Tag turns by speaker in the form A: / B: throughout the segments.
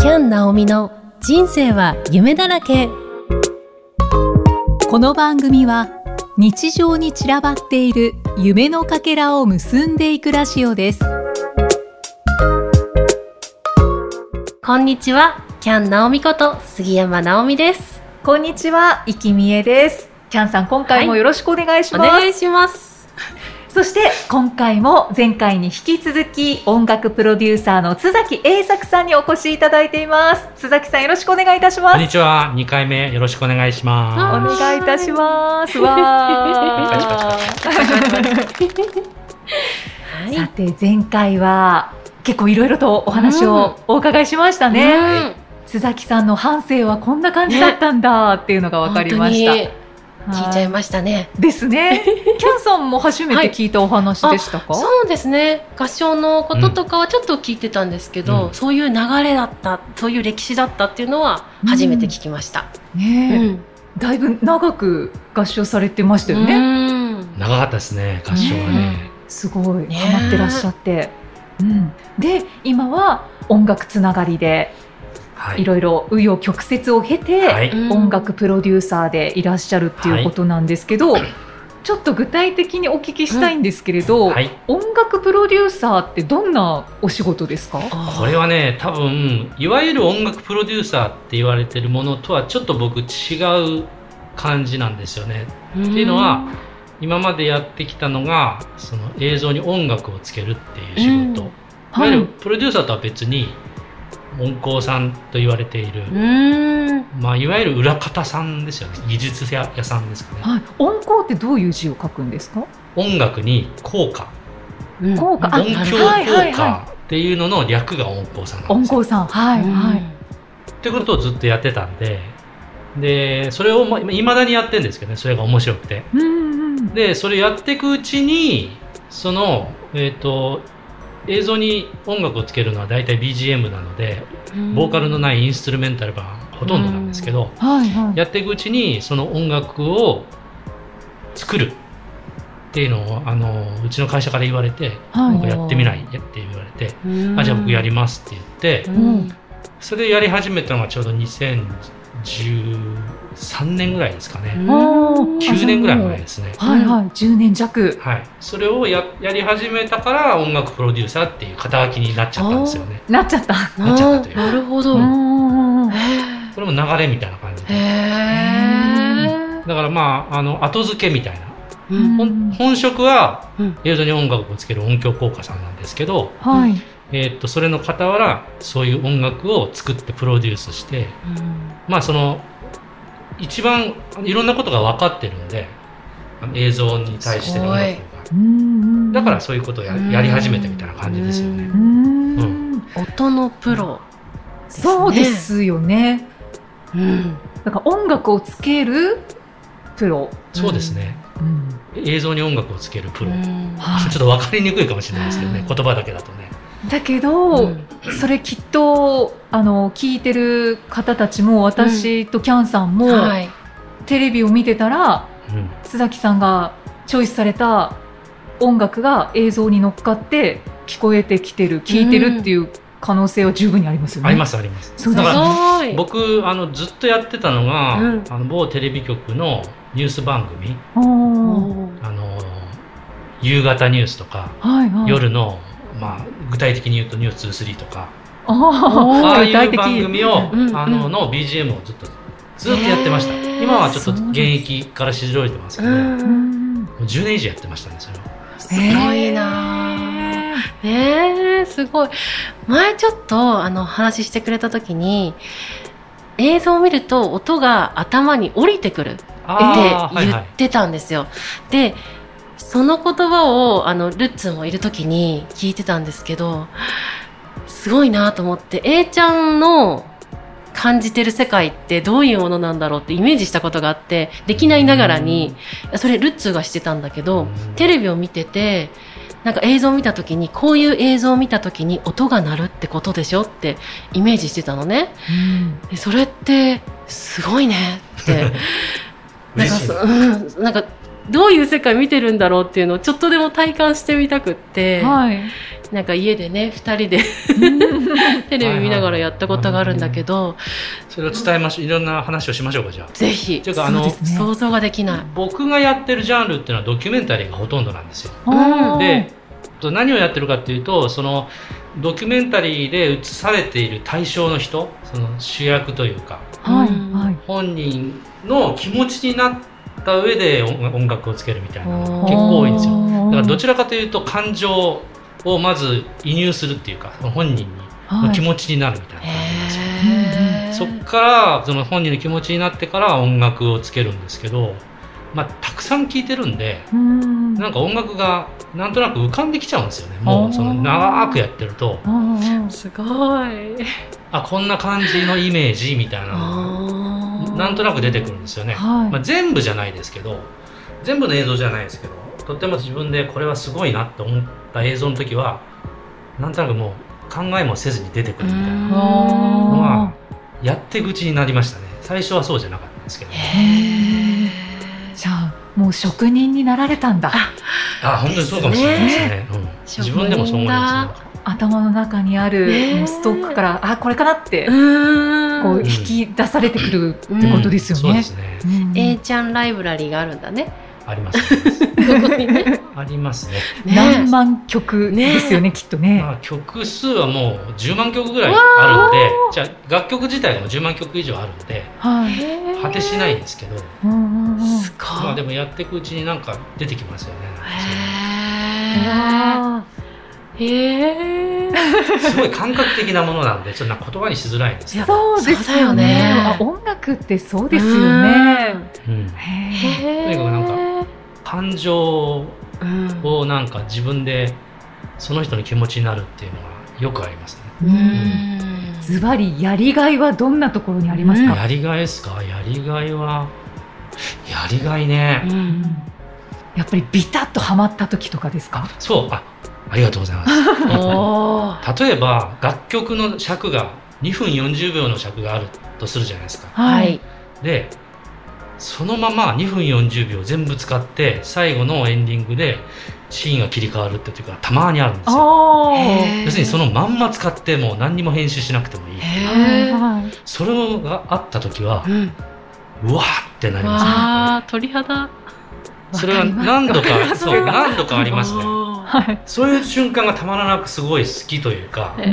A: キャン・ナオミの人生は夢だらけ
B: この番組は日常に散らばっている夢のかけらを結んでいくラジオです
A: こんにちはキャン・ナオミこと杉山ナオミです
C: こんにちは、いきみえです。キャンさん、今回もよろしくお願いし
A: お
C: ます。
A: 願いします
C: そして、今回も前回に引き続き、音楽プロデューサーの津崎栄作さんにお越しいただいています。津崎さん、よろしくお願いいたし
D: こ
C: ま
D: んに
C: す。
D: ちは。2回目よろしくお願いし
C: お
D: ま
C: 願いいたします。わ
D: パチパ
C: ー。
A: は
C: さて、前回は、結構いろいろとお話をお伺いしましたね。
A: ね
C: 津崎さんの半生はこんな感じだったんだっていうのが分かりました。
A: 本当に聞いちゃいましたね
C: で すね。キャンさんも初めて聞いたお話でしたか、
A: そうですね合唱のこととかはちょっと聞いてたんですけど、
D: うん
A: そういう流れだったそういう歴史だったっていうのは初めて聞きました、う
C: ねえ、
A: ん
C: だいぶ長く合唱されてましたよね。
A: ね
D: す。長かったですね、合唱はね。
C: すごい、
A: ねえ
C: ハマってらっしゃって。うん、で今は音楽つながりで
D: はい
C: ろいろ紆余曲折を経て、
D: はい。
C: 音楽プロデューサーでいらっしゃるっていうことなんですけど、ちょっと具体的にお聞きしたいんですけれど、
D: はい。
C: 音楽プロデューサーってどんなお仕事ですか
D: これはね、多分、いわゆる音楽プロデューサーって言われてるものとはちょっと僕違う感じなんですよね。
A: うん
D: っていうのは、今までやってきたのが、その映像に音楽をつけるっていう仕事。
A: うん
D: いわゆ
C: は
D: るプロデューサーとは別に、音工さんと言われている、
A: うん
D: まあ、いわゆる裏方さんですよね。技術屋屋さんですかね。
C: はい、音効ってどういう字を書くんですか
D: 音楽に効果。
A: うん
C: 効果あ
D: 音響
C: はいはい
D: 効
C: は
D: 果っていうのの略が音効さんなん
C: 音
D: ですよ。
C: 効さんはいはい、
D: ってことをずっとやってたんで、で、それをまいまだにやってるんですけどね、それが面白くて。
C: うんうん
D: で、それやっていくうちに、その、えっ、と、映像に音楽をつけるのは大体 BGM なので、
A: うん
D: ボーカルのないインストゥルメンタルがほとんどなんですけど、
C: はいはい
D: やっていくうちに、その音楽を作るっていうのを、あの、うちの会社から言われて、
C: は
D: なん
C: い
D: かやってみないって言われて、あじゃあ僕やりますって言って、
A: うん
D: それでやり始めたのがちょうど2013年ぐらいですかね、
C: おー
D: 9年ぐらい前ですね、
C: はいはい、10年弱
D: はい、それをややり始めたから音楽プロデューサーっていう肩書きになっちゃったんですよね
C: なっちゃった。
D: なっちゃったという
A: あーなるほど、
D: う
A: へ
C: うん
A: ー
D: これも流れみたいな感じ
A: へ
D: で
A: ー
D: だからまああの後付けみたいな
A: うん
D: ほん
C: うん
D: 本職は
A: うん
D: 映像に音楽をつける音響効果さんなんですけど、
C: はい、
D: えーっとそれの傍らそういう音楽を作ってプロデュースしてまあその一番いろんなことが分かってるんであの映像に対しての音楽
A: す
D: が
C: うん
D: だからそういうことをや
A: うん
D: やり始めたみたいな感じですよね
C: う。ん、
D: う
A: 音のプロ、
C: そうですよね。
A: うん
C: だから音楽をつけるプロ、
D: そうですね
C: うん、
D: 映像に音楽をつけるプロ、
A: う
D: ちょ
A: ん
C: は
D: っと分かりにくいかもしれないですけどね
A: うん
D: 言葉だけだとね。
C: い。だけど、それきっとあの聞いてる方たちも私とキャンさんも、
A: はい
C: テレビを見てたら
D: うん
C: 須崎さんがチョイスされた音楽が映像に乗っかって聞こえてきてる聞いてるっていう可能性は十分にありますよね。
D: ありますあります。
C: そうです
D: だ
C: ね
D: から
A: ごい
D: 僕あのずっとやってたのが、
A: うん
D: あの某テレビ局のニュース番組
C: おー
D: あの夕方ニュースとか、
C: はいはい、
D: 夜の、まあ、具体的に言うと「ニュース2 3とか
C: あ
A: おー
D: ああい
C: 具体
D: う
C: 的
D: 番組を、
A: うん
D: あのの BGM をずっとずっとやってました、
A: へー
D: 今はちょっと現役から退いてますけど、ね
C: あ、
D: も
A: う
C: うんん、
D: う10年以上やってましたねそれは
A: すごいなぁねえすごい前ちょっとあの話してくれた時に映像を見ると音が頭に降りてくるって
D: あーはい
A: 言
D: はい
A: ってたんですよ、でその言葉をあのルッツンもいる時に聞いてたんですけどすごいなぁと思って A ちゃんの感じてる世界ってどういうものなんだろうってイメージしたことがあってできないながらにそれルッツーがしてたんだけど、
D: うん
A: テレビを見ててなんか映像を見た時にこういう映像を見た時に音が鳴るってことでしょってイメージしてたのねでそれってすごいねってなん
D: 嬉
A: か
D: しい
A: そ
D: な
A: うんなんか どういう世界見てるんだろうっていうのをちょっとでも体感してみたくって、
C: はい。
A: なんか家でね2人で テレビ見ながらやったことがあるんだけど、
D: それを伝えましょういろんな話をしましょうかじゃあ
A: ぜひ
D: ていうかあの
C: そうですね
A: 想像ができない。
D: 僕がやってるジャンルっていうのはドキュメンタリーがほとんどなんですよ
A: うん
C: おー
D: で、と何をやってるかっていうとそのドキュメンタリーで映されている対象の人その主役というか
C: はい、
A: うん
C: はい。
D: 本人の気持ちになった上で音音楽をつけるみたいなの
A: おー
D: が結構多いんですよだ
C: よ
D: からどちらかというと感情をまず移入するっていうかその本人にの気持ちになるみたいな感じなんですよ、
A: へー
D: そっからその本人の気持ちになってから音楽をつけるんですけど、まあ、たくさん聴いてるんで
C: うん
D: なんか音楽がなんとなく浮かんできちゃうんですよねもうその長くやってると
C: うん
A: すごい。
D: あこんな感じのイメージみたいなのがなんとなく出てくるんですよね、
C: はい
D: まあ、全部じゃないですけど全部の映像じゃないですけどとっても自分でこれはすごいなって思った映像の時はなんとなくもう考えもせずに出てくるみたいなの
A: うん
D: はやって口になりましたね最初はそうじゃなかったんですけど、
A: へー
C: じゃあもう職人になられたんだ
D: あ本当にそうかもしれないですねうん
A: 職人だ
D: 自分でもそう思いますね
C: 頭の中にある
A: ねえ
C: もうストックから、あこれかなって
A: うん
C: こう
D: うん
C: 引き出されてくるって
A: て
C: ことですよ
D: うんそうで
C: ね。
D: すね
C: うん
A: A ちゃんライブラリーがあるんだ ね。
D: ありますあります
A: ここにね。
D: あり ますね
C: 何万曲ですよねきっとね。
D: まあ、曲数はもう10万曲ぐらいあるんでじゃあ楽曲自体がもう10万曲以上あるんで
C: はい。
A: ね
D: 果てしないんですけど、
C: うんうんうん
A: す
D: ま
A: ご
D: あ、で
A: い。
D: もやっていくうちになんか出てきますよねなんか
A: へーへー
D: そういうすごい感覚的なものなんでちょっとなんか言葉にしづらいんですけど、
C: そうですよね。
A: そうだよね
C: あ音楽ってそうですよね。。
D: うん
C: へえ
A: へ
D: とにかくなんか感情
A: うん
D: をなんか自分でその人の気持ちになるっていうのがよくありますね。
A: うん
C: ズバリやりがいはどんなところにありますか。
D: やりがいですかやりがいはやりがいね、
A: うん
C: やっぱりビタッとハマった時とかですか。
D: そうあありがとうございます
A: おー
D: 例えば楽曲の尺が2分40秒の尺があるとするじゃないですか
A: は。
C: はい
D: でそのまま2分40秒全部使って最後のエンディングでシーンが切り替わるっていうかたまにあるんですよ
C: あ
A: へー
D: 要するにそのまんま使ってもう何にも編集しなくてもいい
C: あ。
A: へー
C: はいはい
D: それがあった時は
A: うん
D: うわーってなりますね
A: わあ、鳥肌。
D: それは
C: わかります
D: 何度
C: わかり
D: か
C: ます
D: そう何度かありますね
A: おー
C: はい。
D: そういう瞬間がたまらなくすごい好きというか、
A: へ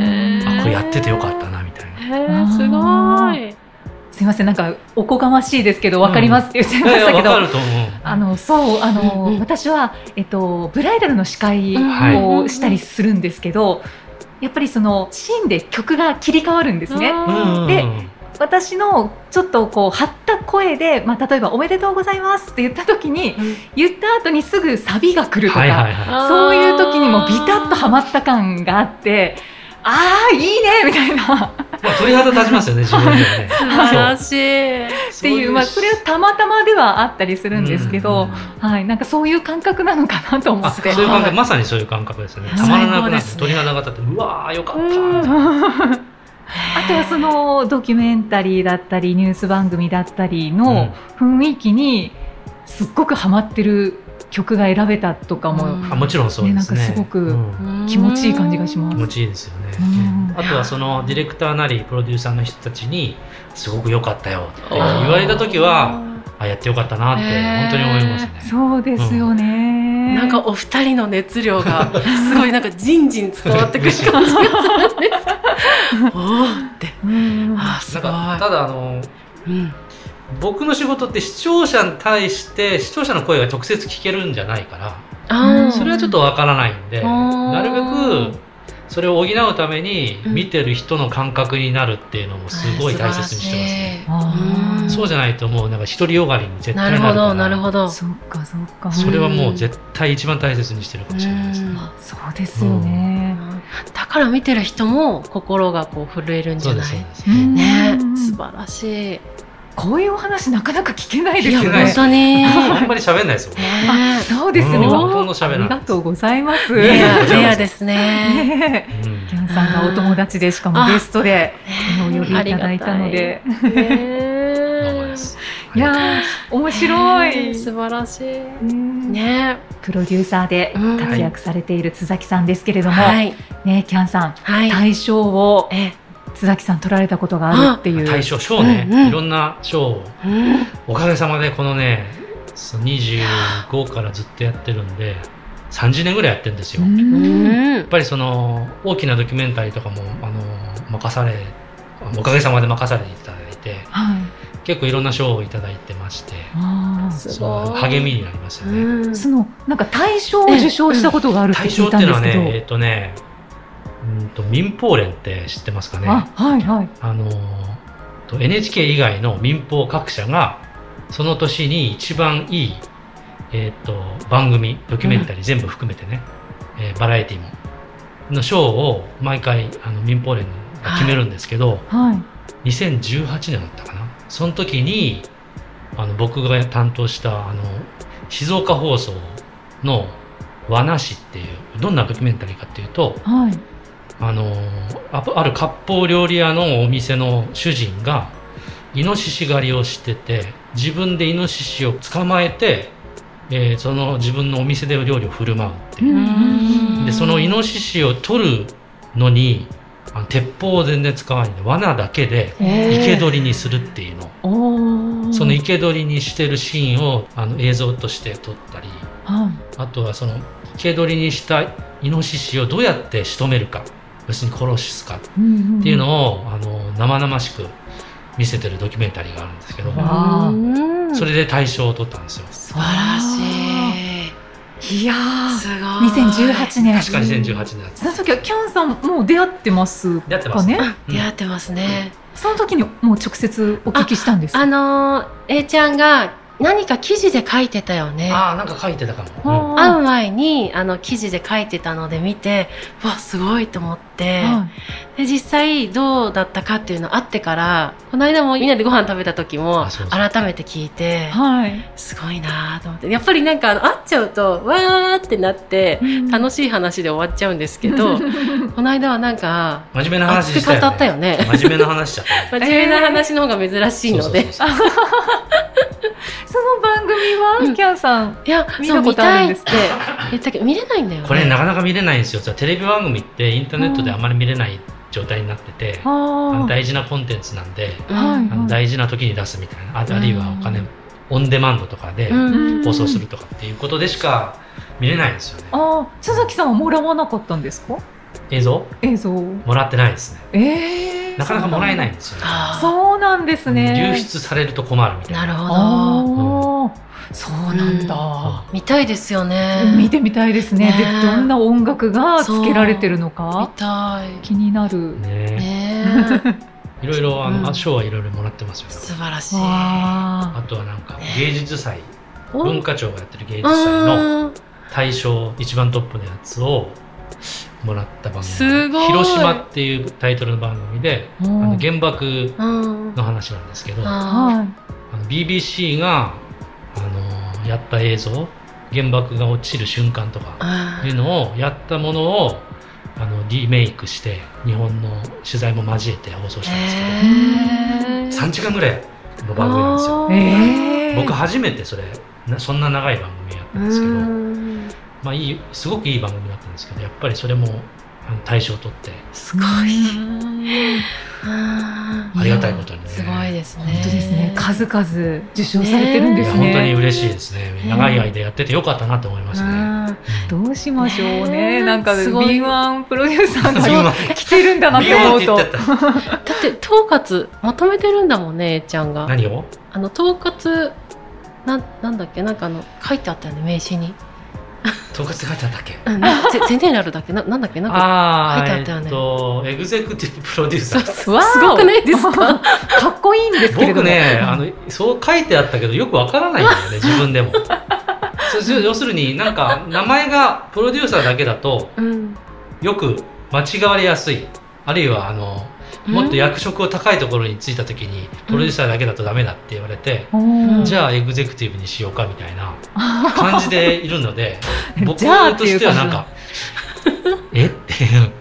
A: ー
D: あこれやっててよかったなみたいな。い
A: へーすごい。
C: すいませんなんかおこがましいですけどわかりますって言っちゃいま
D: やい
C: した
D: や
C: け
D: わ
C: ど。
D: かると思う。
C: あのそうあの、
A: うんうん
C: 私は、えっと、ブライダルの司会
A: はい
C: をしたりするんですけど、やっぱりそのシーンで曲が切り替わるんですね。
A: あー
D: で
C: で、私のちょっとこう張った声で、まあ、例えば「おめでとうございます」って言った時に言った後にすぐサビが来るとか、
D: はいはいは
C: そういう時にもビタッとはま
A: っ
C: った感があってあーいいねみたいなっ
D: い。まあ鳥肌立ちます よね自分ではね。
A: 素晴らしい。
C: ていうまあ、それはたまたまではあったりするんですけど、はい、なんかそういう感覚なのかなと思
D: あ
C: っ
D: そう
C: て。
D: いう感覚まさにそういう感覚ですね。
C: はい
D: たまらなく
A: 最高
D: な
A: で
D: っ
A: す
D: て
A: ね
D: 鳥肌が立ってうわーよかったみたいな。
C: あとはそのドキュメンタリーだったりニュース番組だったりの雰囲気にすっごくハマってる曲が選べたとかも、
A: うん
D: あもちろんそうですね。
C: ねなんかすごく
D: うん
C: 気持ちいい感じがします
D: 気持ちいいですよね
C: うん。
D: あとはそのディレクターなりプロデューサーの人たちにすごく良かったよって言われた時はあやってよかったなって本当に思いますね。
C: そうですよね、
A: なんかお二人の熱量がすごいなんかじんじん伝わってくる感じがするんですけどおーって
C: うん
A: あーす
D: なん
A: ごい
D: かただあの
A: うん
D: 僕の仕事って視聴者に対して視聴者の声が直接聞けるんじゃないから
A: あー
D: それはちょっとわからないんで、
A: うん
D: なるべくそれを補うために
A: うん
D: 見てる人の感覚になるっていうのもすごい大切にしてま
A: 素
D: すね。
A: 晴らしい
C: うん
A: ん
D: そうじゃないともうなんか独りよがりに絶
A: な
D: 対
A: る
D: な
A: ほ
D: るから
A: どなるほど
C: そっかそっか
D: それはもう絶対一番大切にしてるかもしれないですね。
A: うん
C: そうですよね、
A: だから見てる人も心がこう震えるんじ
D: そ
A: ゃ
D: うで
A: な
D: すそう
A: い
D: です、
C: うん
A: ね
C: うん
A: 素晴らしい
C: こういうお話なかなか聞けないで
A: い
C: す
A: や
C: よ
D: ない
A: 本
C: ね
A: 当に
D: あんまり喋んないですよ。
A: ね
C: そうです
D: うん
C: よ、
D: ほとんど
C: あ
D: 喋ら
C: り
D: な
C: が
D: い。
C: とうございます
A: レ
D: いや
A: ア
D: こちらこそ
A: レアですね
C: ねえ
D: う ん
C: キャンさんがお友達でしかもゲストでお呼びいただいたので
A: ねえ
D: どうもですはい
C: いやー面白
A: へ
C: い、
A: ー素晴らしい。
C: うん
A: ね
C: プロデューサーで活躍されている津崎さんですけれども、
A: はい。
C: ねキャンさん
A: はい。
C: 大賞を
A: え、
C: 津崎さん取られたことがあるっていう
D: 大賞、賞ね、
A: うんうん
D: いろんな賞を、
A: うん、
D: おかげさまでこのね、そう25からずっとやってるんで、30年ぐらいやってるんですよ。
C: う
D: やっ
C: ん
A: うん、
D: ぱりその、大きなドキュメンタリーとかも、あの、任され、おかげさまで任されていただいて、
C: はい
D: 結構いろんな賞をいただいてまして、
C: あー
A: す
D: そ
A: ご
D: の
A: い。
D: 励みになりましたね。
A: うん。
C: そのなんか大賞を受賞したことがあるって
D: 大
C: 聞
D: 賞
C: い
D: って
C: たん
D: いう
C: で
D: のは
C: すけど、
D: ね、えっ、とね、うんと民放連って知ってますかね。
C: あはいはい
D: あのと NHK 以外の民放各社がその年に一番いい、えー、と番組ドキュメンタリー全部含めてね、えーバラエティもの賞を毎回あの民放連が決めるんですけど、
C: はい
D: 2018年だったかなその時にあの僕が担当したあの静岡放送の「和なし」っていうどんなドキュメンタリーかっていうと
C: はい
D: あのあある割烹料理屋のお店の主人がイノシシ狩りをしてて自分でイノシシを捕まえて、えーその自分のお店で料理を振る舞うっていうう、
A: ん
D: でそのイノシシを取るのにあの鉄砲を全然使わないで罠だけで
A: へー
D: 生け捕りにするっていうの、
C: おお
D: その生け捕りにしてるシーンをあの映像として撮ったり
C: はい
D: あとはその生け捕りにしたイノシシをどうやって仕留めるか要するに殺すか
C: っ
D: っていうのを、あの生々しく見せてるドキュメンタリーがあるんですけど、
C: わあ
A: うん、
D: それで大賞を取ったんですよ。
C: 素
A: 素晴らしい。
C: いいや
A: す
C: ー
A: ごい。
C: 2018年
D: 確か2018年だっ
C: その時はキャンさんもう出会ってます
D: 出会ってま
C: か
D: す
C: ね
A: うん出会ってますね。
C: その時にもう直接お聞きしたんですか
A: あのー、A ちゃんが何か記事で書いてたよね。
D: ああ、なんか書いてたか
C: あ
D: も。
C: ー
A: 会う前にあの記事で書いてたので見て、わ、すごいと思って、
C: は
A: で、
C: い
A: 実際どうだったかっていうの会ってから、この間もみんなでご飯食べた時も
D: あそうそう
A: 改めて聞いて、
C: はい
A: すごいなと思って。やっぱりなんかあの会っちゃうと、わーってなって、楽
C: しい
A: しい話で終わっちゃうんですけ ど、この間はなんか、
D: うん真面目な
A: 熱
D: 話
A: く
D: したよ、
A: 語
D: ね。
A: ったよね。
D: 真面目な話しちゃ った、ね。
A: 真面目な話の方が珍しいので。
D: そうそうそう
C: その番組は、
A: うん
C: キャンさん
A: いや、
C: 見
A: そう
C: たこ
A: 見
C: とあ
A: た
C: るん
A: いっ
C: で
A: て
C: すか
A: 言ったけど、見れないんだよね。
D: これなかなか見れないんですよ。テレビ番組ってインターネットであまり見れない状態になってて、あの
C: あ
D: 大事なコンテンツなんで、
A: うん
C: はい
D: あの大事な時に出すみたいな。ああるいはお金、
A: うん
D: オンデマンドとかで
A: うん
D: 放送するとかっていうことでしか見れないんですよね。
C: あー佐々木さんはもらわなかったんですか
D: 映像
C: 映像
D: もらってないですね。
C: ええ
D: なかなかもらえないいんですよね。
A: あー
C: そうなんですね
D: 流出されると困るみたいな。
A: なる
D: ほ
A: ほ
C: あ
A: ど。
C: ーそうなんだ、
A: 見たいですよね。
C: 見てみたいですね
A: ねえ
C: でどんな音楽がつけられてるの
A: 見
C: か
A: たい。
C: 気になる、
D: ね
A: ねえ
D: いろいろ、あ
A: うん
D: の、賞はいろいろもらってますよ。
A: 素晴らしい。
C: わ
D: あとはなんか
A: ね、
D: 芸術祭、
A: お
D: 文化庁がやってる芸
A: う
D: 術祭の
A: ん
D: 大賞、一番トップのやつをもらった番組。
A: すごい
D: 広島っていうタイトルの番組で、
C: ー
D: あ
C: う
D: の
C: ん
D: 原爆
A: うん
D: の話なんですけど、あ
A: あ
C: はい
D: の BBC が、あの、やった映像、原爆が落ちる瞬間とか、
A: ー
D: いうのをやったものをあのリメイクして日本の取材も交えて放送したんですけど、
A: へー
D: 3時間ぐらいの番組なんですよ
A: あー
C: えー、
D: 僕初めてそれなそんな長い番組やったんですけど、
A: うん
D: まあ、いいすごくいい番組だったんですけどやっぱりそれもあの大賞を取って
A: すごい。
C: い
A: あー
D: ありがたいことにね
A: すごいですね。
C: 本当ですね数々受賞されてるん
D: い
C: で
D: や
C: す
A: ね
D: 本
C: ね
D: 当に嬉しいですね
A: ね
D: 長い間やっててよかったなと思いましたね、
A: うん
D: うん
C: どうしましょうね
A: ねえ
C: なんか
A: すごい
C: 敏腕プロデューサー
D: ビヨーン
C: が来てるんだなっ
D: ビ
C: て
D: ヨーン
C: 思
D: っ
C: う
D: て
C: と
D: 言ってた
A: だって統括まとめてるんだもんね、えいちゃんが。
D: 何を
A: あの統括なんなんだっけなんかあの書いてあったよね名刺に。
D: 統括って書いてあったっけ
A: うん、なんかゼゼネラルだっけななんだっけなんか。
D: あ
A: 書いて
D: あ
A: あったよ
D: え
A: ね
D: っとエグゼクティブプロデューサ
A: そう
D: ー
A: すごくないですか。
C: かっこいいんですけれど
D: 僕
C: も
D: ね、あの、そう書いてあったけど、よくわからないん だよね、自分でも。そうそう要するになんか、名前がプロデューサーだけだと、
A: うん。
D: よく間違われやすい。あるいは、あの、もっと役職を高いところに就いた時に、プロデューサーだけだとダメだって言われて、
C: おー、
D: じゃあエグゼクティブにしようかみたいな感じでいるので
C: じ
D: 僕
C: ゃあって
D: と
C: い
D: し
C: う
D: てはなんか、えっていう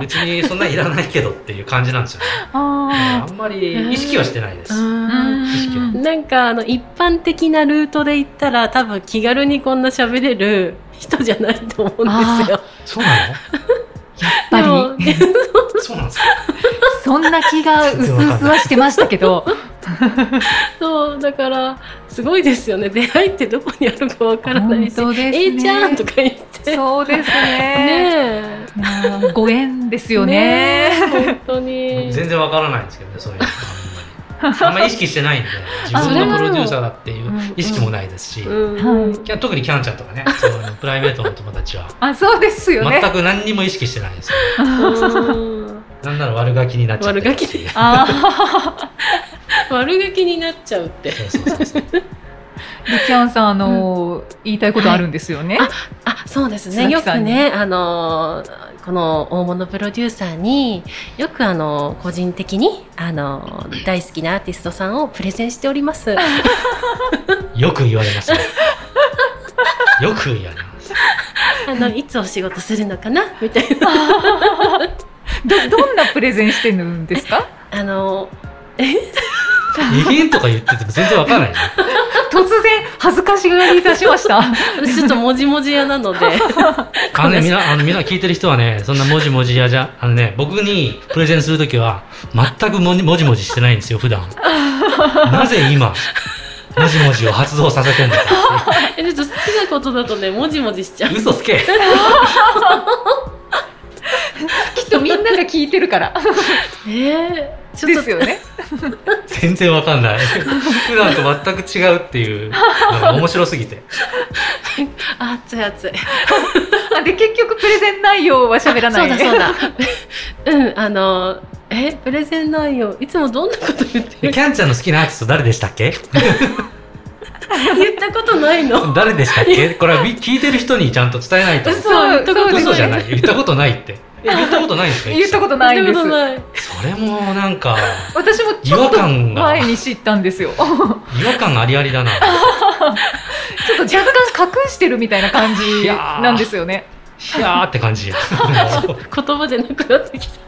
D: 別にそんないらないけどっていう感じなんですよね。
C: あ
D: あんまり意識はしてないです。
C: あ
A: うん
D: ん
A: なんかあの一般的なルートで行ったら多分気軽にこんな喋れる人じゃないと思うんですよ。
D: そうなの
C: やっぱり
A: でも
D: そうなんですか
C: そんな気がうすうすはしてましたけど、
A: そうだからすごいですよね出会いってどこにあるかわからない
C: 本
A: し「
C: 当ですね。
A: えいちゃん」とか言って。
C: そうですね。
A: ね
C: もうご縁です
A: え
C: よね。
A: 本当に
D: 全然わからないんですけどね、そういうのあんまり。あんまり意識してないんで、自分がプロデューサーだっていう意識もないですし、
A: うん
C: は
D: キャン特にキャンちゃんとかね、そのプライベートの友達は、
C: あ、そうですよね。
D: 全く何にも意識してないですよ。
A: う ん
D: なんなら悪ガキになっちゃってるっていう。
C: ああ、
A: 悪ガキになっちゃうって
D: そうそうそうそう
C: リキャンさん、あのー、言いたいことあるんですよね。
A: あそうですね。
C: 鈴
A: よ
C: 木さ
A: く
C: んに
A: ね、あの、この大物プロデューサーによくあの、個人的に、あの、大好きなアーティストさんをプレゼンしております。
D: よく言われますね。よく言われます。
A: あの、いつお仕事するのかなみたいな。
C: ど、どんなプレゼンしてるんですか
A: あの、
D: ええとか言ってても全然わからないね。
C: 突然、恥ずかしがりいたしま した。
A: 私ちょっともじもじ屋なので、
D: あのね、みんな、あの、みんな聞いてる人はね、そんなもじもじやじゃ、あのね、僕にプレゼンするときは、全くもじもじもじしてないんですよ、普段。なぜ今、もじもじを発動させてんだか。
A: えちょっと好きなことだとね、もじもじしちゃう。
D: 嘘つけ
C: きっとみんなが聞いてるから。
A: えー、ち
C: で
A: ょっと、
C: すよね。
D: 全然わかんない。普段と全く違うっていう、なんか面白すぎて。
A: あ、熱い熱い。
C: あで、結局、プレゼン内容は喋らない。
A: そうだそうだ。うん、あの、え、プレゼン内容、いつもどんなこと言って
D: で
A: る
D: キャンちゃんの好きなアーティスト誰でしたっけ
A: 言ったことないの
D: 誰でしたっけこれはみ聞いてる人にちゃんと伝えないと。
A: 嘘
C: そう
A: 言ったこと
C: そうです
D: 嘘
C: ね
D: じゃない。言ったことないって。え言ったことないんですか
C: 言ったことない
A: 言
C: で
A: った
C: す
A: こと。ない。
D: それもなんか、
C: 私もちょっ
D: 違和
C: と
D: 感が
C: 前に知ったんですよ。ちょっ
D: 違和感ありありだな。
C: と若干隠してるみたいな感じなんですよね。
D: ひゃーって感じ。もう
A: 言葉でなくなってきた。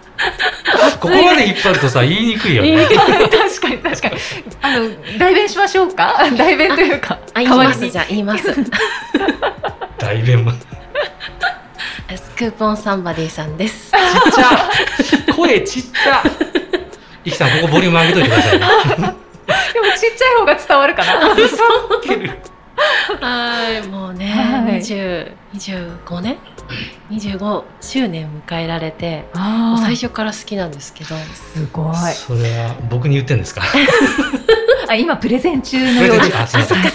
D: ここまで引っ張るとさ、言いにくいよ
A: 言いに
D: ね
A: く。
C: 確かに確かに。あの、代弁しましょうか代弁というか。
A: あ、言います、じゃあ、言います。
D: 大弁も。ちっ
A: スクーポンサンバディさんです。
D: ちゃ声ちっちゃいきさん、ここボリューム上げといてくださいね。
C: でもちっちゃい方が伝わるかな。
A: はい、もうね、
C: はい
A: 20、25年 ?25 周年迎えられて、も
C: あ
A: う最初から好きなんですけど、
C: すごい。
D: それは僕に言ってんですか
C: あ、今プレゼン中のようです。
D: あ、すいません。なんか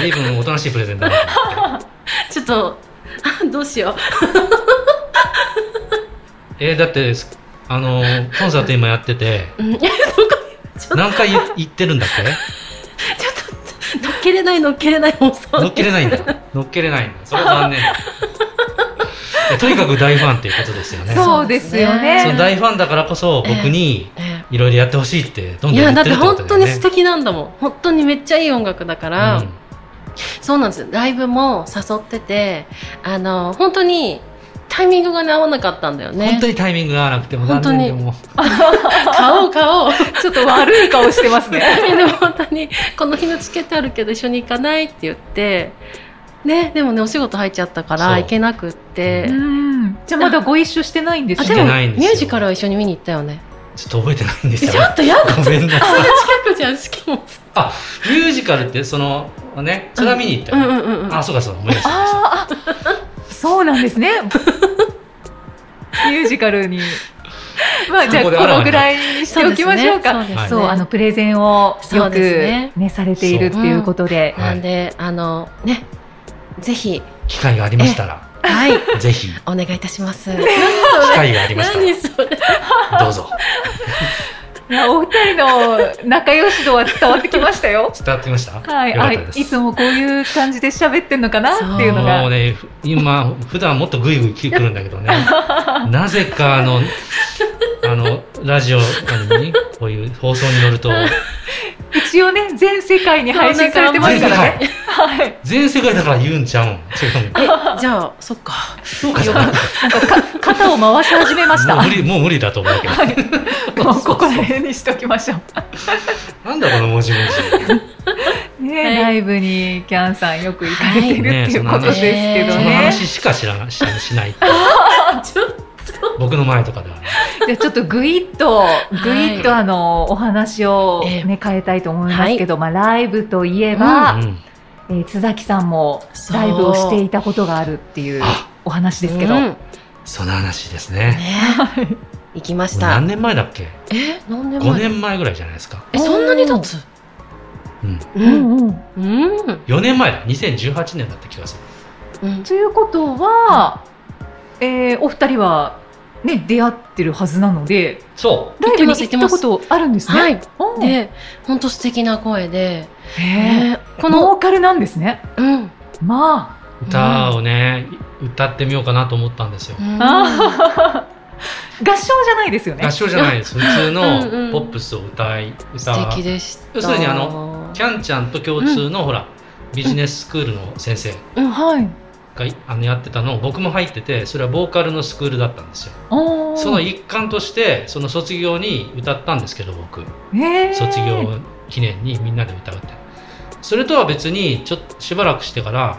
D: 随分おとなしいプレゼンだなと思って。
A: ちょっと、あどうしよ
D: えーだって、あのー、コンサート今やってて、
A: う。 うん、ちょっ
D: 何回言言ってるんだっ
A: と、乗っけれない乗っけれない放送。
D: け乗っけれないんだ。乗っけれないんだ。それは 残念だ。いやとにかく大ファンっていうことですよね。
C: そうですよね。
D: その大ファンだからこそ僕に
A: え
D: いろいろやってほしいってど
A: え
D: ん
A: い
D: どん言
A: や、だ
D: っ
A: ってて
D: るってこ
A: 本
D: と
A: 当
D: だよ
A: に
D: ね。
A: 素敵なんだもん。本当にめっちゃいい音楽だから、そうなんです。ライブも誘ってて、あの、本当にタイミングがね合わなかったんだよ
D: うん本
A: ね
D: 当。にタイミングが合わなくても残念でも
A: 買おう買おう。
C: ちょっと悪い顔してますね。
A: でも本当に、この日のチケットあるけど一緒に行かないって言って、ね、でもね、お仕事入っちゃったか
D: そう
A: ら行けなくって
C: う。ん。じゃあまだご一緒してないんです
A: あ、
D: し
A: で
D: て
A: も、
D: ないんですよ
A: ミュージカルは一緒に見に行ったよね。
D: ちょっと覚えてないんです
A: ち
D: よ
A: ょ。っとやだ、
D: ごめんな さい。
A: 近くじゃん、しかもさ。
D: あ、ミュージカルってそのね、それは見に行った
A: うんう
D: よね。
A: んうんうん。
D: あ、そうかそうか思い出した。
C: あーあ、そうなんですね。ミュージカルに。まあじゃあ
D: そこ
C: こ
D: であら
C: の
D: わに
C: ぐらいにしておきましょうか。そ
A: そ
C: う,、
A: うですね
D: はい
A: そうですね
C: あのプレゼンを
A: そ
C: よ
A: う
C: く
A: です
C: ね
A: ね
C: されているっていうことで。
D: はい
A: なんで、あの、ね、ぜひ、
D: 機会がありましたら、
A: はい、
D: ぜひ、機
A: お願いいたします。
D: 会がありまし
A: 何それ。
D: たら、どうぞ、。
C: いやお二人の仲良し度は伝わってきましたよ
D: 伝わってきました
C: はい、
D: よか
C: あ
D: ったです。
C: いつもこういう感じで喋ってんのかなっていうの
D: も
C: が。
D: うね、ふ今、普段もっとグイグイ来るん だけどね、なぜかあの、あの、ラジオに、こういう放送に乗ると、
C: 一応ね、全世界に配信されてますからね。
D: 全
C: はい。
D: 全世界だから言うんちゃうん。違うん。
A: え、じゃあ、そっか。
D: そうかじゃない。
C: 肩を回し始めました。
D: もう無理、もう無理だと思うけど。
C: もうここら辺にしときましょ
D: なんだこの文字文
C: う。ねえ、
A: はい
C: ライブにキャンさんよく行かれてる
D: 字。
C: っていうことですけど
D: その
C: ね。
D: 話しか知らない、ししない。
A: ちょっと。
D: 僕の前とかではね。
C: じゃあちょっとぐいっと、ぐいっとあの、お話を
A: ええ
C: ね、変えたいと思いますけど、まあライブといえば、
D: うん
C: えー津崎さんも
A: そう
C: ライブをしていたことがあるっていう
D: あ
C: お話ですけど。
A: うん
D: その話ですね。
A: ね行きま
D: も
A: し
D: う
A: た
D: 何。年前だっけ
A: え、何年
D: ?5
A: 前
D: 年前ぐらいじゃないですか。
A: え、そんなに経つ
D: うん。
A: うん。
C: うんうん
A: うん。
D: 4年前だ。2018年だった気がする。
A: うん
C: ということは、えーお二人は、ね、出会ってるはずなので、
D: そ
C: ライブに行
A: 行
C: っ
A: って
C: た
A: ま
C: こ
A: す
C: とあるんですね。
A: はい。
C: おー
A: で、本当素敵な声で、
C: へー
A: ねこ
C: ボ
A: の、
C: ーカルなんですね。
A: うん。
C: まあ、
D: う。歌をね、歌ってみようかなと思ったんですよ
A: う。ん
C: あー合唱じゃないですよね
D: 合。唱じゃないで す。普通
A: うんう
D: の
A: ん
D: ポップスを歌い、歌
A: 素敵でした。
D: 要するにあのキャンちゃんと共通の、ほらビジネススクールの先生
C: はい。
D: がいあのやってたのを僕も入っててそれはボーカルのスクールだったんですよ
C: おー
D: その一環としてその卒業に歌ったんですけど僕
C: へー
D: 卒業記念にみんなで歌うってそれとは別にちょっとしばらくしてから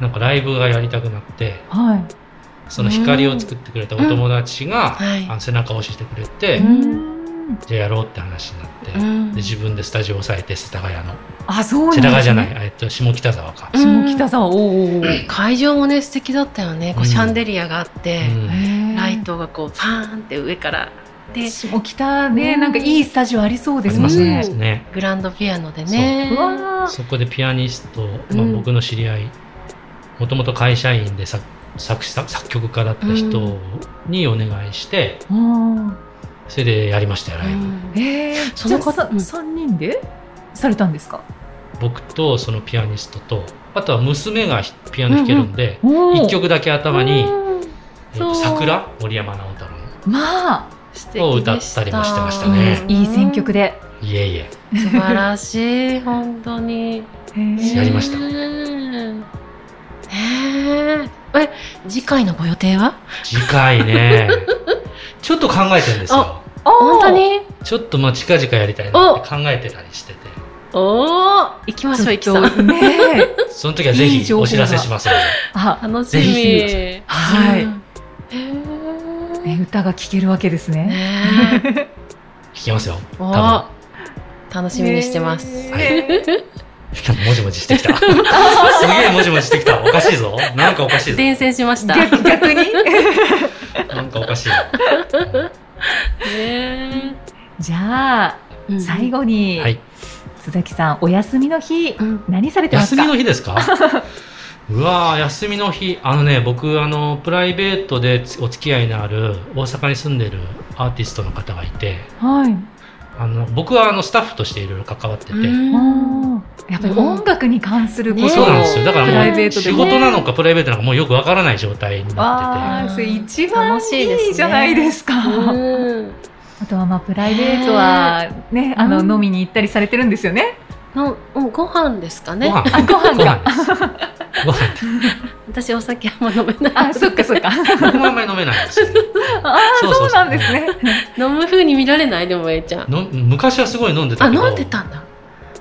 D: なんかライブがやりたくなって
C: はい。
D: その光を作ってくれたお友達が、
A: うんはい
D: あの背中を押してくれて、
A: うん
D: じゃあやろうって話になって、
A: う
D: で
A: ん。
D: 自分でスタジオを押さえて世田谷の
C: あ、そうなんです、
D: 世
C: ね。
D: 田谷じゃない、えっと、下北沢か。
A: うん
C: 下北沢、おーおーおー
A: 会場もね、素敵だったよね。こ
D: う
A: うんシャンデリアがあって、
D: うん
C: へー
A: ライトがこう、パーンって上から。で、
C: 下北ね、
A: うん
C: なんかいいスタジオありそうで
D: あり
C: す
D: ますね
A: う。ん
D: ね
A: グランドピアノでね。
C: うわー
D: そこでピアニスト、
A: う
D: まあ、
A: ん
D: 僕の知り合い、もともと会社員で作作詞作作曲家だった人にお願いして、
C: うん
D: それでやりましたよ、ライブ。
A: うん
C: えー、
A: その
C: じゃあさ
A: うん
C: 三人でされたんですか。
D: 僕とそのピアニストと、あとは娘がひピアノ弾けるんで、
C: お
D: 一
C: ー
D: 曲だけ頭に、えっ
A: そ
D: と
A: う
D: 桜森山直太朗
C: まあ、
A: 素敵でした
D: を歌ったりもしてましたね
C: いい選曲で。
D: の。いえいえ。
A: うん素晴らしい本当に
D: やりました
A: ねええ次回のご予定は
D: 次回ね、ちょっと考えてるんですよ。
A: 本
C: 本
A: 当。に
D: ちょっとまあ近々やりたいなって考えてたりしてて、
A: おお行きましょう行きさん
C: ん。ねえ。
D: その時はぜ
C: いい
D: ひ
C: 情報
D: お
C: が
D: 知らせしますので。
C: あ、
A: 楽し
D: ぜひ来てくださ
A: み
C: はい
A: うんへ
C: ね、歌が聴けるわけです
A: え
C: ね。
A: ねえ
D: 聞きますよ。
A: お
D: 多分
A: ー楽しみにしてます
D: はいもじもじしてきた。すげえもじもじしてきた。おかしいぞ。なんかおかしいぞ。
A: 伝染しましたね
C: 逆 逆に
D: なんかおかしいぞ。うん
A: え
C: じゃあ、
A: うん
C: 最後に、
D: はい。
C: 須崎さんお休みの日、
A: うん
C: 何されてます
D: 休
C: か
D: みの日ですかうわー休みの日。あのね、僕、あの、プライベートでつお付き合いのある、大阪に住んでるアーティストの方がいて、
C: はい
D: あの、僕はあの、スタッフとしていろいろ関わってて、
A: うん
C: おーやっぱり音楽に関することを、
A: ね
D: そうなんですよ。だか
C: プラ
D: ら
C: イ
D: も
C: ベ
D: う、
C: ートで
D: 仕
C: ね
D: 事なのかプライベートなのかもうよくわからない状態になっ
C: あ
A: うん
C: あそれ一番いいじゃないですか
A: うん
C: あとはまあプライベートはねあの、
A: うん
C: 飲みに行ったりされてるんですよね
A: のうんご飯ですか
D: てて。
A: ね
D: ご飯。
C: あご飯
D: ご飯
C: が
D: です。ご飯です。
A: 私お酒あんま飲めない
C: あそっ かそっか
D: 僕もあんまり飲めないんですよね。
C: ああ
D: そうそ
C: そう
D: そう
C: うなんですね
A: 飲む風に見られないでもえいちゃん
D: の昔はすごい飲んで
A: あ
D: たけど
A: 飲んでたんだ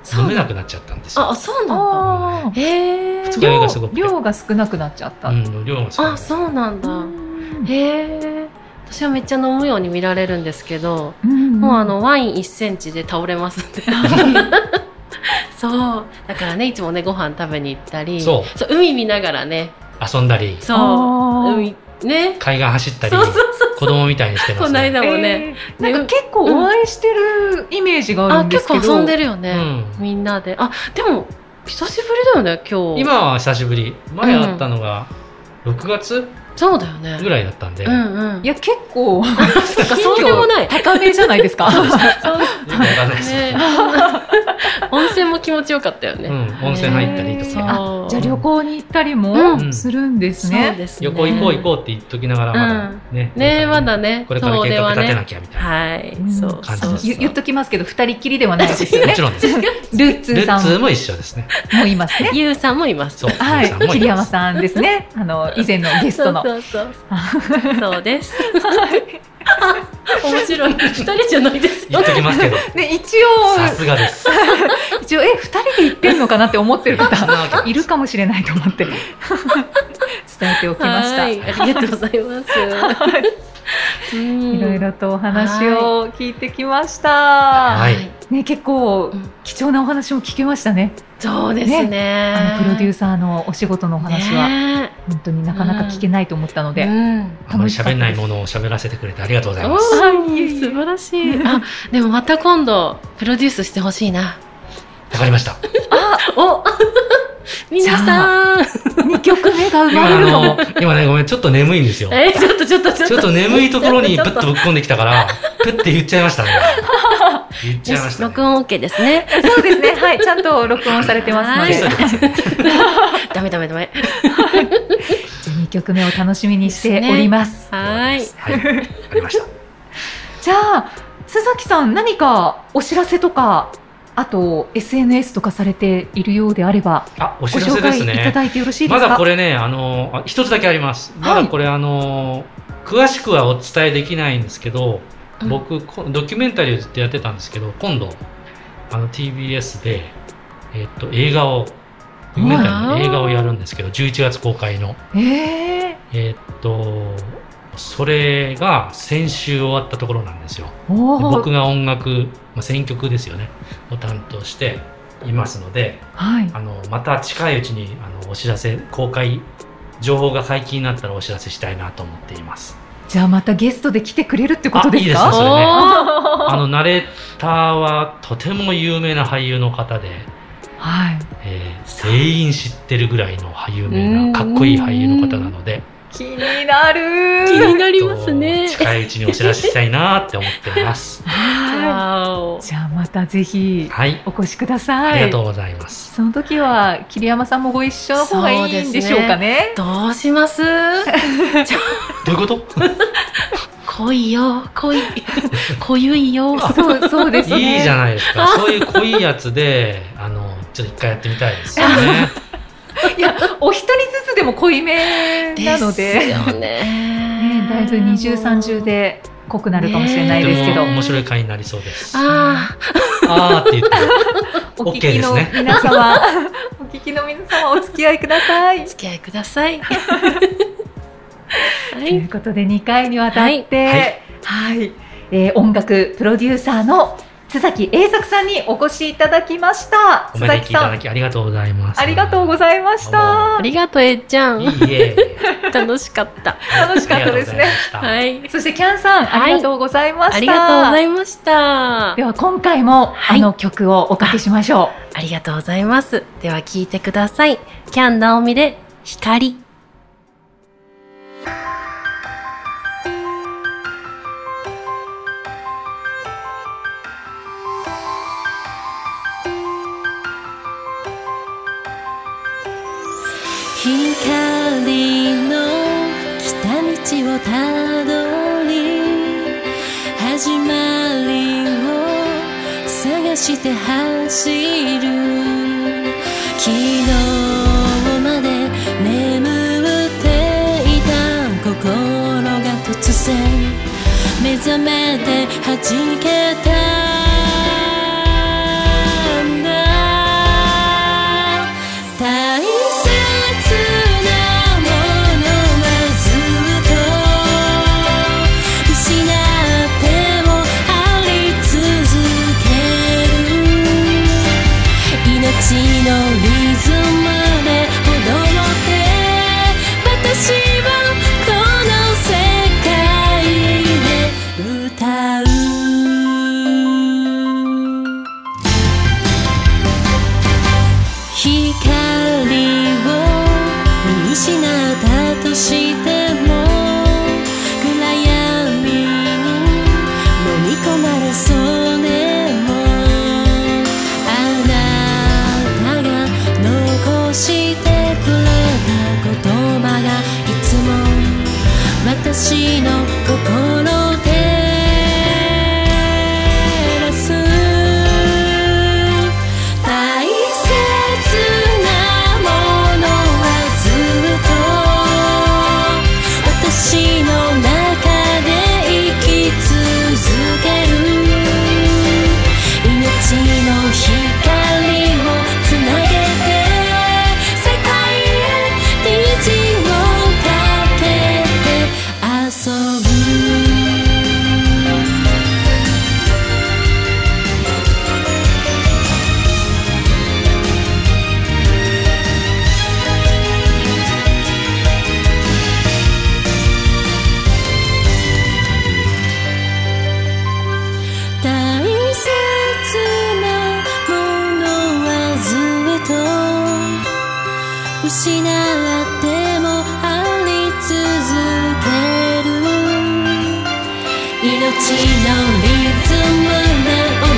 A: そう
D: 飲め
A: なん
D: なくなっちゃったんですよ。
A: あそうなん
C: あ
A: だへえ
D: 二日酔
C: 量
D: いがすごくて
C: 量が少なくなっちゃった、
D: うん、量が少ない
A: あそうなんだへえ私はめっちゃ飲むように見られるんですけど
C: うん
A: もうあのワイン1センチで倒れますん でそうだからねいつもねご飯食べに行ったり
D: そう
A: 海見ながらね
D: 遊んだり、
A: そう
C: あー
A: 海ね
D: 海岸走ったり
A: そうそう、
D: 子供みたいにしてま
A: こ
D: す
A: の
D: ね。
A: 間もね
C: えーなんか結構お会いしてるイメージがある
A: あ
C: んで
A: 結
C: すけ
A: 構
C: ど、
A: 遊んでるよね、
D: うん
A: みんなで。あ、でも、久しぶりだよね、今日。
D: 今は久しぶり。前会ったのが、6月
A: そうだよね
D: ぐらいだったんで、
A: う
D: よ
A: んうん
C: いや結構
A: そっかそうでもない
C: 高めじゃないですか
D: くわかんないですけ
A: ね 温泉も気持ちよかったよね、
D: ど、うん、温泉入ったりと
A: ね
D: か、
A: そう
C: じゃあ旅行に行ったり
A: う
D: ん
C: もするんです
A: そう
C: ね、
A: ですね
D: 旅行行こう行こうって言っときながらまだね、
A: ねまだね
D: これから
A: 遠
D: 計
A: 出
D: 画
A: は
D: 立て
A: ね
D: なきゃみたいな、
A: はい、
C: うん
A: そう
D: 感
A: そう
D: じで
A: そう
D: す
C: ゆ言っときますけど二人きりではないですよ
D: も
C: ね
D: ち ろんです
C: ルッツ
D: ル
C: ーさ
D: ッ
C: ん
D: ツーも一緒ですね
C: もいますね
A: ゆうさんもいます
D: そう
C: は
D: ゆうさんも
C: い、
D: ます
C: 桐山さんですね。あの以前のゲス
A: そ
C: ト
A: う
C: の。
A: そうそうそうです面 白い二人じゃないです
D: 言
A: よ
D: っときますけど
C: で一
D: さ
C: 応
D: すがです
C: 一応え二人で行ってんのかなって思ってる
D: そん
C: 方
D: なわけ
C: いるかもしれないと思って伝えておきました。
A: はいいありがとうございますい
C: ろいろとお話を聞いてきました。
D: はい
C: ね結構
A: うん
C: 貴重なお話も聞けましたね。
A: そうですね
C: あのプロデュー
A: ス
C: サーのお仕事のお話は本当になかなか聞けないと思ったので。
D: あまり喋んないものを喋らせてくれてありがとうござい
A: お
D: ます
A: ー素晴らしい。あ、でもまた今度、プロデュースしてほしいな。
D: わかりました
A: お 皆さん
C: 二曲目が生ま
D: 今
C: れ
D: あ
C: るのも
D: の。今ねごめんちょっと眠いんですよ
A: え、ちょっとちょっとちょっと。
D: ちょっと眠いところに
A: ちょ
D: ぶ
A: っ
D: っとぶっ込んできたから、ぶって言っちゃいましたね。言っちゃいましたね。
A: 録音 OK ですね。
C: そうですね。はい、ちゃんと録音されてますの
A: はい
D: 消
C: で
D: しと。いてください
A: ダメダメダメ。
C: じゃあ2曲目を楽しみにしております。
A: はーい。
D: はい。わかりました。
C: じゃあ、須崎さん、何かお知らせとか、あと SNS とかされているようであれば、
D: あ、お
C: ご
D: 知ら
C: 紹
D: せで
C: 介
D: す
C: いた
D: ね。
C: だいてよろしいで
D: ます
C: か。
D: だこれね、あの、あ一つだけあります。まだこれ、あの、詳しくはお伝えできないんですけど、
A: うん
D: 僕、こドキュメンタリーをずっとやってたんですけど、今度、あの、TBS で、えっと、映画を、ドキュメンタリーの映画をやるんですけど、11月公開の。
C: え
D: えっと、それが先週終わったところなんですよ。
C: ー、お
D: で
C: ー
D: 僕が音楽、まあ、選曲ですよねを担当していますので
C: はい。
D: あのまた近いうちにあのお知らせ公開情報が解禁になったらお知らせしたいなと思っています
C: じゃあまたゲストで来てくれるってことです
D: あいい
C: か
D: ですねそれね
A: おー
D: あのナレーターはとても有名な俳優の方で、
C: はい。
D: えー全員知ってるぐらいの俳優名なかっこいい俳優の方なので
C: 気になる
A: 気になりますね
D: えっ。と近いうちにお知らせしたいなって思っています
C: は
A: わお
C: い。。じゃあまたぜひ
D: はい
C: お越しください。
D: ありがとうございます
C: その時は桐山さんもご一緒の方がいいんでしょうか ね。
A: どうします
D: どういうこと
A: 濃いよ、濃い。 濃ゆいよ。
C: そうそうですね。
D: いいじゃないですかそういう濃いやつであのちょっと一回やってみたいですよね
C: いや、お一人ずつでも濃いめなので、
A: すよね
C: ね、だいぶ二重三重。で濃くなるかもしれないですけど、
D: とても面白い回になりそうです。あ
A: あ
D: ーって言って、
C: お聞きの
D: OK です
C: 皆 様、お聞きの皆様お付き合いください
A: あ、。付き合いくだ さい。は
C: という
A: い。
C: ことで2回にわたって、は、
D: はい
C: えー音楽プロデューサーの須崎栄作さんにお越しいただきました。
D: お
C: 須
D: 招き
C: 崎
D: いた
C: さ
D: だ
C: ん、
D: きありがとうございます。
C: ありがとうございまし
D: ど
A: あ
C: た。
A: りがとう、えっちゃん。
D: いいえ。
A: 楽しかった。
C: 楽しかったですね
D: あ
A: は
D: り
A: い。
C: そしてキャンさん、ありがとうございました。
A: ありがとうございました
C: で。は今回も、
A: はい
C: あの曲をおかけしましょう。
A: ありがとうございます。では聞いてください。キャン・ナオミで光。光の来た道をたどり始まりを探して走る昨日まで眠っていた心が突然目覚めて弾けたんだ大切なものはずっと失ってもあり続ける命のリズムで踊って私はこの世界で歌う光を見失ったとしても失ってもあり続ける命のリズムな